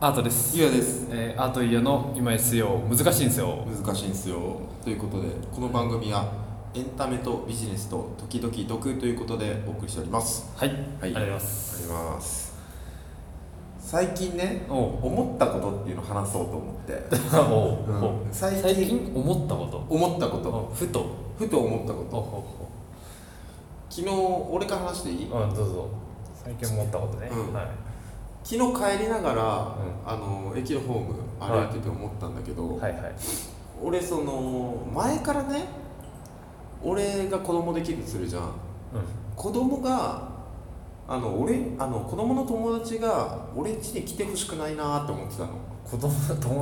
アートですゆうやですえーアートイヤの今 SEO 難しいんですよ難しいんですよということでこの番組はエンタメとビジネスと時々毒ということでお送りしておりますはい、あはりいがとうございまあすります最近ねおう思ったことっていうのを話そうと思って、おうおううん最近最近思ったこと思ったこおとうふとふと思ったこおうと昨日俺から話していいおうおううんどうぞ最近思ったことね、うんはい昨日帰りながら、んあの駅のホーム歩いてて思ったんだけど、はいはい俺その前からね俺が子供できるとするじゃんう子供があの俺あの子供の友達が俺家に来てほしくないなーって思ってたの、ん子供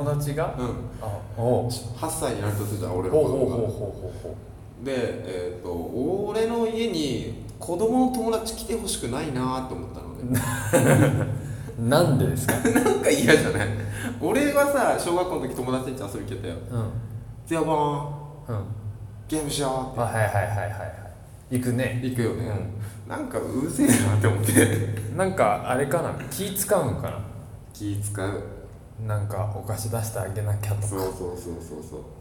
友達がうん、あおう8歳になるとするじゃんほ俺うの子ほうほ供うがほうほうほで、えー、と俺の家に子供の友達来てほしくないなーって思ったのね うなんでですかなんか嫌じゃない俺はさ小学校の時友達ん家遊びに来てたようんうん「ゼアバーンゲームしよあはいはいはいはいはい行くう」ね行くよね、うなんかうるせえなって思ってなんかあれかな気使うんか気使うななんかお菓子出してあげなきゃとそうかそうそうそう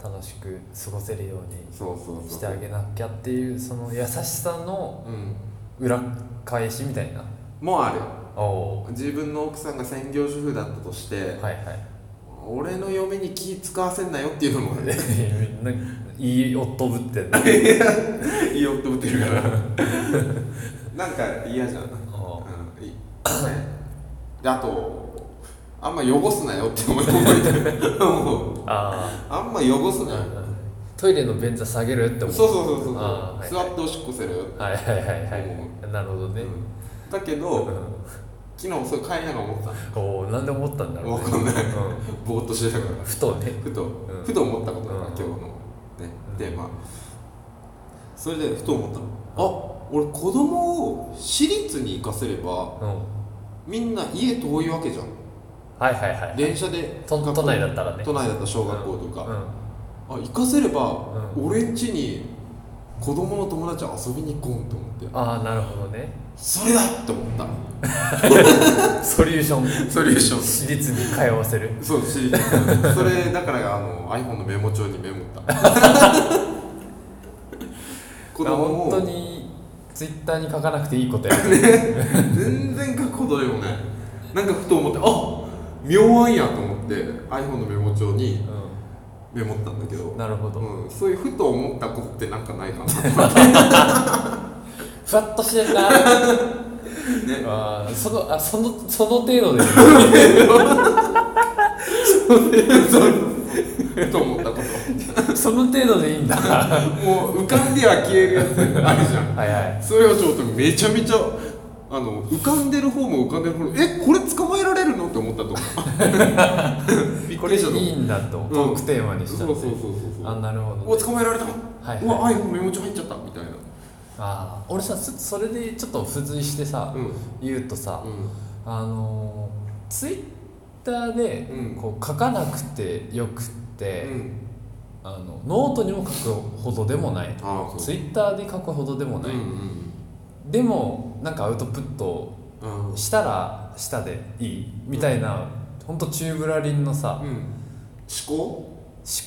そう楽しく過ごせるようにそうそうそうしてあげなきゃっていうその優しさのうん裏返しみたいなもうあるおお自分の奥さんが専業主婦だったとして、 はいはい俺の嫁に気使わせんなよっていうのもねなんかいい夫ぶってんのいいよって思ってるから なんか嫌じゃん、うんおいいであとあんま汚すなよって思い覚えてるもうーああんま汚すーなよトイレの便座下げるってそう思うそうそうそう、あー座っておしっこせるよ、はいはいはいはいはいなるほどね、うんだけうどん昨日それ帰りながら思ってたおおなんで思ったんだろうねわかんないうんぼーっとしてたからふとねふと、うんふと思ったことだな、うん今日の、ねうんテーマそれでふと思ったのあ俺子供を私立に行かせればうんみんな家遠いわけじゃんはいはいはい電車で都学校都内だったらね都内だったら小学校とか、うんあ行かせれば、う俺ん家に子供の友達遊びに行こうと思ってああなるほどねそれだって思ったソリューションソリューション私立に通わせるそう私立それだからあの iPhone のメモ帳にメモった 子まあ供本当をにツイッターに書かなくていいことや 全然書くことでもねなんかふと思ってあ妙案やと思って iPhone のメモ帳にうメモったんだけどん、なるほど、うん、そういうふと思ったことってなんかない かなふわっとしてる なねあーそのあそのその程 度でちふと思ったことょその程度でいいんだはもう浮かんでは消えるやつあるじゃいんはいそれをちょっとめちゃめちゃあの浮かんでる方も浮かんでる方もえこれ捕まえられるのって思ったと思 うびっこくれりいしたと思ういんだと、んトークテーマにしちそゃうってそうそうそうあなるほおどね捕まえられた、はいうわ iPhone メモ帳入っちゃったみたいなあー俺さそそれでちょっと付随してさ、うん言うとさ、うんあのー、ツイッターでうんこう書かなくてよくって、うんあのノートにも書くほどでもないああそうツイッターで書くほどでもない、うんでもなんかアウトプットうんうんしたらしたでいいみたいな、ほんとチューブラリンのさう思ん思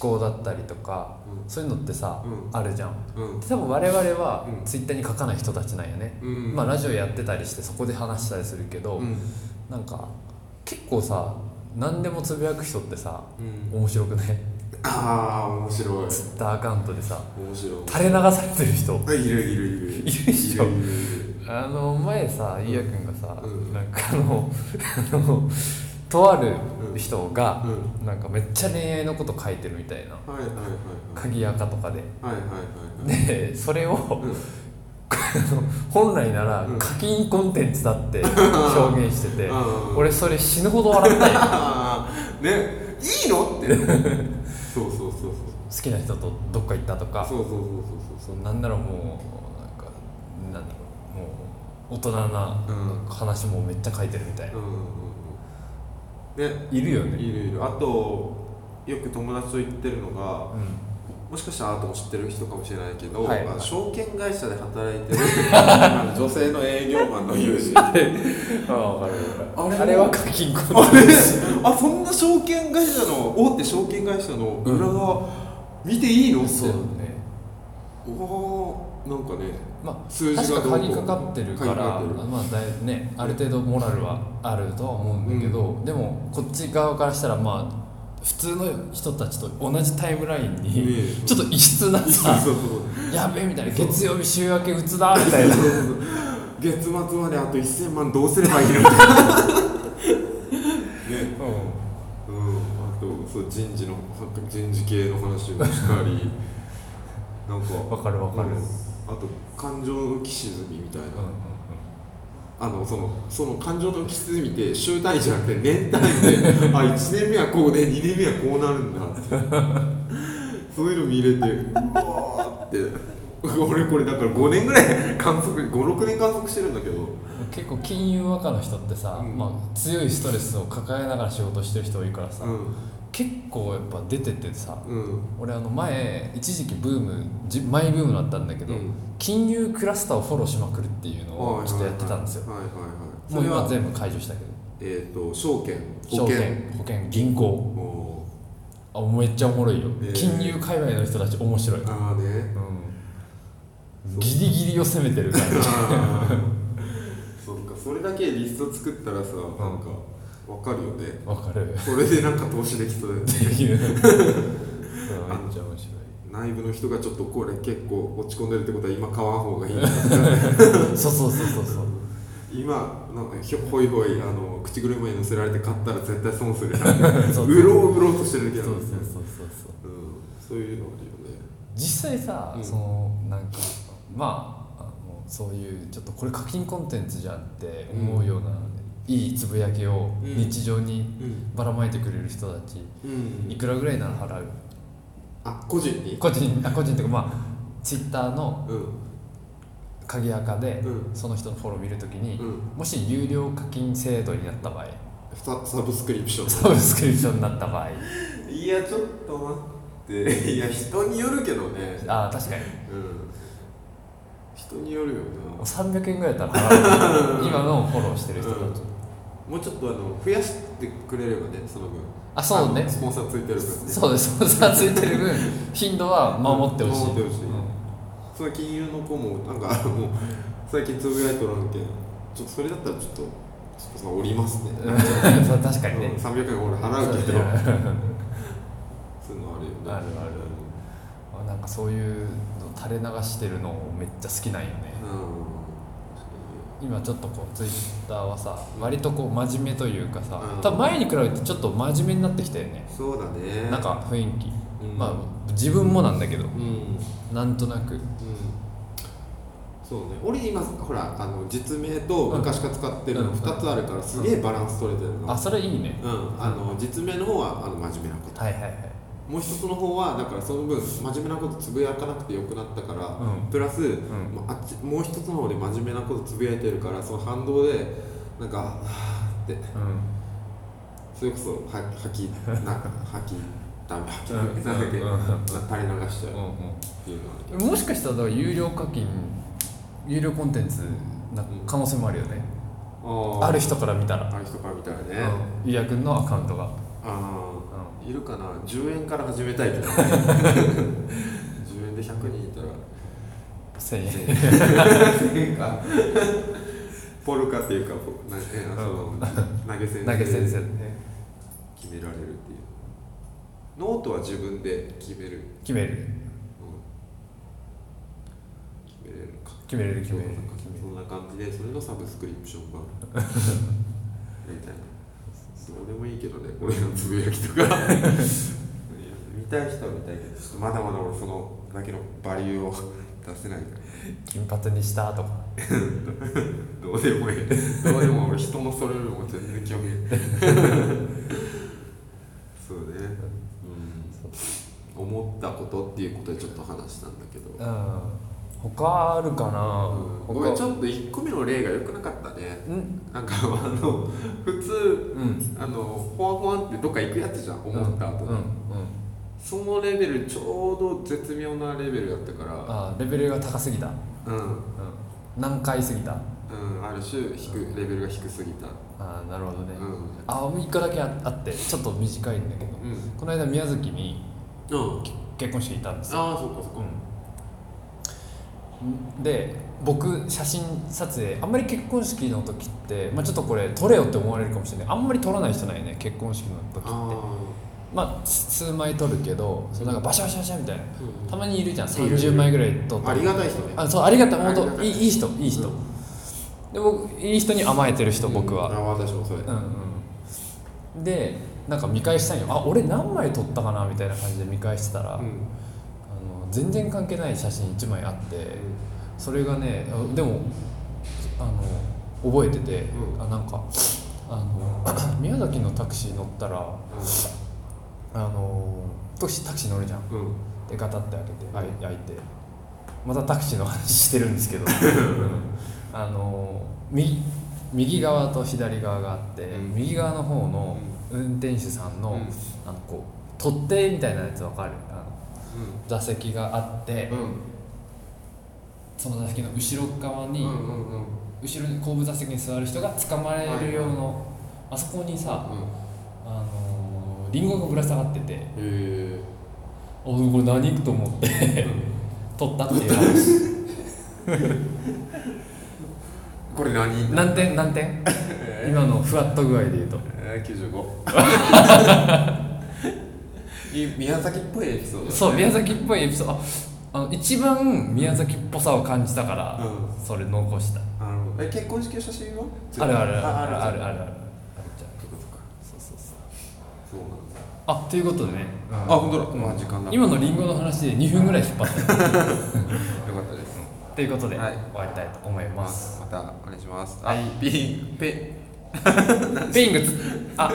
考考だったりとか、うそういうのってさ、うあるじゃんうんで多分我々はうんツイッターに書かない人たちなんよね、うんまあラジオやってたりしてそこで話したりするけど、うんなんか結構さ何でもつぶやく人ってさうん面白くないああ面白いツイッターアカウントでさ面白い垂れ流されてる人あいるいるいるいるっしょいるいるいるあの前さゆうやくんがさ、うんなんかあのあのとある人がう、んなんかめっちゃ恋愛のこと書いてるみたいなはいはいはいはい鍵垢とかではいはいはいでそれを、うん本来ならうん課金コンテンツだって表現してて、うん俺それ死ぬほど笑ったよ好ああねいいのってそうそうそうそうきな人とどっか行ったとかそうそうそうそうそうなんならもうなんかなんだろうもう大人なうん話もめっちゃ書いてるみたいなそう、うんうんうんねいるよねいるいるあとよく友達と言ってるのがうんもしかしたらあなたも知ってる人かもしれないけど、はいあの証券会社で働い てるあの女性の営業マンの友人あれああ分かあるれあれは課金コンテンツあそんな証券会社の大手証券会社の裏側見ていいのって、そうだねおーなんかねまあ数字が確どうこかう鍵かかってるから鍵かかってるまあだいぶねある程度モラルはあるとは思うんだけど、でもこっち側からしたらまあ普通の人たちと同じタイムラインにねえちょっと異質な そうさそうそうやべえみたいな月曜日週明けうつだみたいな月末まであと1000万どうすればいい のねうん、あとそう人事のなんか人事系の話もし かりなんかわかるわかる、ううんんあと感情の浮き沈みみたいな、あのそのその感情の浮き沈みって週単位じゃなくて年単位で あ1年目はこうで2年目はこうなるんだって そういうの見れてうわーって俺これだから5年ぐらい観測56年観測してるんだけど結構金融和歌の人ってさ、うんまあ、強いストレスを抱えながら仕事してる人多いからさ、う結構やっぱ出ててさんうん俺あの前一時期ブームじマイブームだったんだけど、うん金融クラスターをフォローしまくるっていうのをちょっとやってたんですよはいはいはいもそうれ今は全部解除したけどえっ、と証券証券保険銀行おあめっちゃおもろいよ、えー金融界隈の人たち面白い、ーああねうん、ギリギリを攻めて るからあー そっかそれだけリスト作ったらさなんかわかるよねわかるそれでなんか投資できそうだよねでき るうんめっちゃ面白い内部の人がちょっとこれ結構落ち込んでるってことは今買わん方がいい なそうそうそうそうそう今なんかひょほいほいあの口車に乗せられて買ったら絶対損するな そう うろううろうとしてるだそうそうんけなですねそうそうそううんそういうのあ実際さ、うんそのなんかまああのそういうちょっとこれ課金コンテンツじゃんって思うような、いいつぶやきをうん日常にるよねばらまいてくれる人たち、うん、いくらぐらいなら払うあ個人に個人あ個人とかまあツイッターのうん鍵垢で、うんその人のフォロー見るときに、うんもし有料課金制度になった場合ササブスクリプションサブスクリプションになった場合いやちょっと待っていや人によるけどねああ確かにうん人によるよな300円ぐらいだったら払 う今のフォローしてる人たち、うもうちょっとあの増やしてくれればねその分あそうねのスポンサーついてるからねそうです、スポンサーついてる分、頻度は守ってほしい。守ってほしいその金融の子もなんかあのもう最近つぶやいとらんけんちょっとそれだったらちょっとちょっとそのおりますね、うんそう確かにうんね。 300円俺払うけどそういうのあるよねあるあるあなんかそういうの垂れ流してるのめっちゃ好きなんよね。う今ちょっとこう、ツイッターはさ、割とこう、真面目というかさうん、多分前に比べてちょっと真面目になってきたよね。んそうだねなんか雰囲気。うんまあ、自分もなんだけど、うんうんなんとなく。そうね俺今ほらあの実名と昔から使ってるうのん2つあるからすげえバランス取れてるのあ、それいいね。うん、あの実名の方はあの真面目なことはいはいはい。もう一つの方はだからその分真面目なことつぶやかなくてよくなったから、うんプラス、んまあ、あっちもう一つの方で真面目なことつぶやいてるからその反動でなんかはあってうん。それこそは吐きな 吐きダメ吐きうんなんだっけうん垂れ流しちゃううんうん。っていうのはもしかしたらだから有料課金有料コンテンツな可能性もあるよね、ーある人から見たら、ある人から見たらね、うんゆうやくんのアカウントが、あうんあいるかな10円から始めたいけ どね10円で100人いたら1000円円か ポルカっていうかポなえあうのん投げ銭投げ先生ね決められるっていうノートは自分で決める、うん、決める決めれるのか決めれる決そうめなれるんかそんな感じでそれのサブスクリプションがあるみたいなどうでもいいけどね俺のつぶやきとかいや見たい人は見たいけどちょっとまだまだ俺そのだけのバリューを出せないから金髪にしたとかどうでもいい。どうでも俺人のそれよりも全然興味ない。そうね。うん。思ったことっていうことでちょっと話したんだけど。うん他あるかな、うん、他ごめんちょっと1個目の例が良くなかったね。うんなんかあの普通うんあのほわほわってどっか行くやつじゃん思った後、うんうんそのレベルちょうど絶妙なレベルだったからあーレベルが高すぎた、うん、うん難解すぎたうんある種低いレベルが低すぎたあーなるほどね、うんあもう1個だけああってちょっと短いんだけどうんこの間宮崎にうん結婚式行ったんですよ、ああそっかそっかうん、で僕写真撮影あんまり結婚式の時って、まあ、ちょっとこれ撮れよって思われるかもしれないあんまり撮らない人ないね結婚式の時ってあまあ数枚撮るけどそうなんかバシャバシャバシャみたいなあうんたまにいるじゃんいるいる30枚ぐらい撮ってありがたい人ねあそうありがたいあり本が当たいいいいい人いい人、うんで僕いい人に甘えてる人僕は、あ私もそれうんうん、でなんか見返したいよあ俺何枚撮ったかなみたいな感じで見返してたら、あのん全然関係ない写真1枚あってそれがねあでもあの覚えてて、うんあなんかあの 宮崎のタクシー乗ったらあのタクシータクシー乗るじゃんうんうんでガタって開けて、はい開いてまたタクシーの話してるんですけ どうんあの右右側と左側があって、うん右側の方の運転手さんの,、うんあのこう取っ手みたいなやつわかるあの座席があって、うんその座席の後ろ側うんうに、んうんうん後ろに後部座席に座る人が捕まれる用の、あそこにさ、あのリンゴがぶら下がっててへえ「おこれ何?」と思って取ったっていう話。 これ何何点何点今のふわっと具合で言うとえ ー95い宮崎っぽいエピソードそう宮崎っぽいエピソードああの一番宮崎っぽさを感じたから、うそれ残したあのえ結婚式の写真はあるあるあるあるるあるあるあるじゃそういうことかあそうそうそうそうなんだあということでね、うんあ本当だまあ時間だ今のリンゴの話で2分ぐらい引っ張ったよかったですということで、はい終わりたいと思いまますまたお願いしますはいあピンペンペイングツあ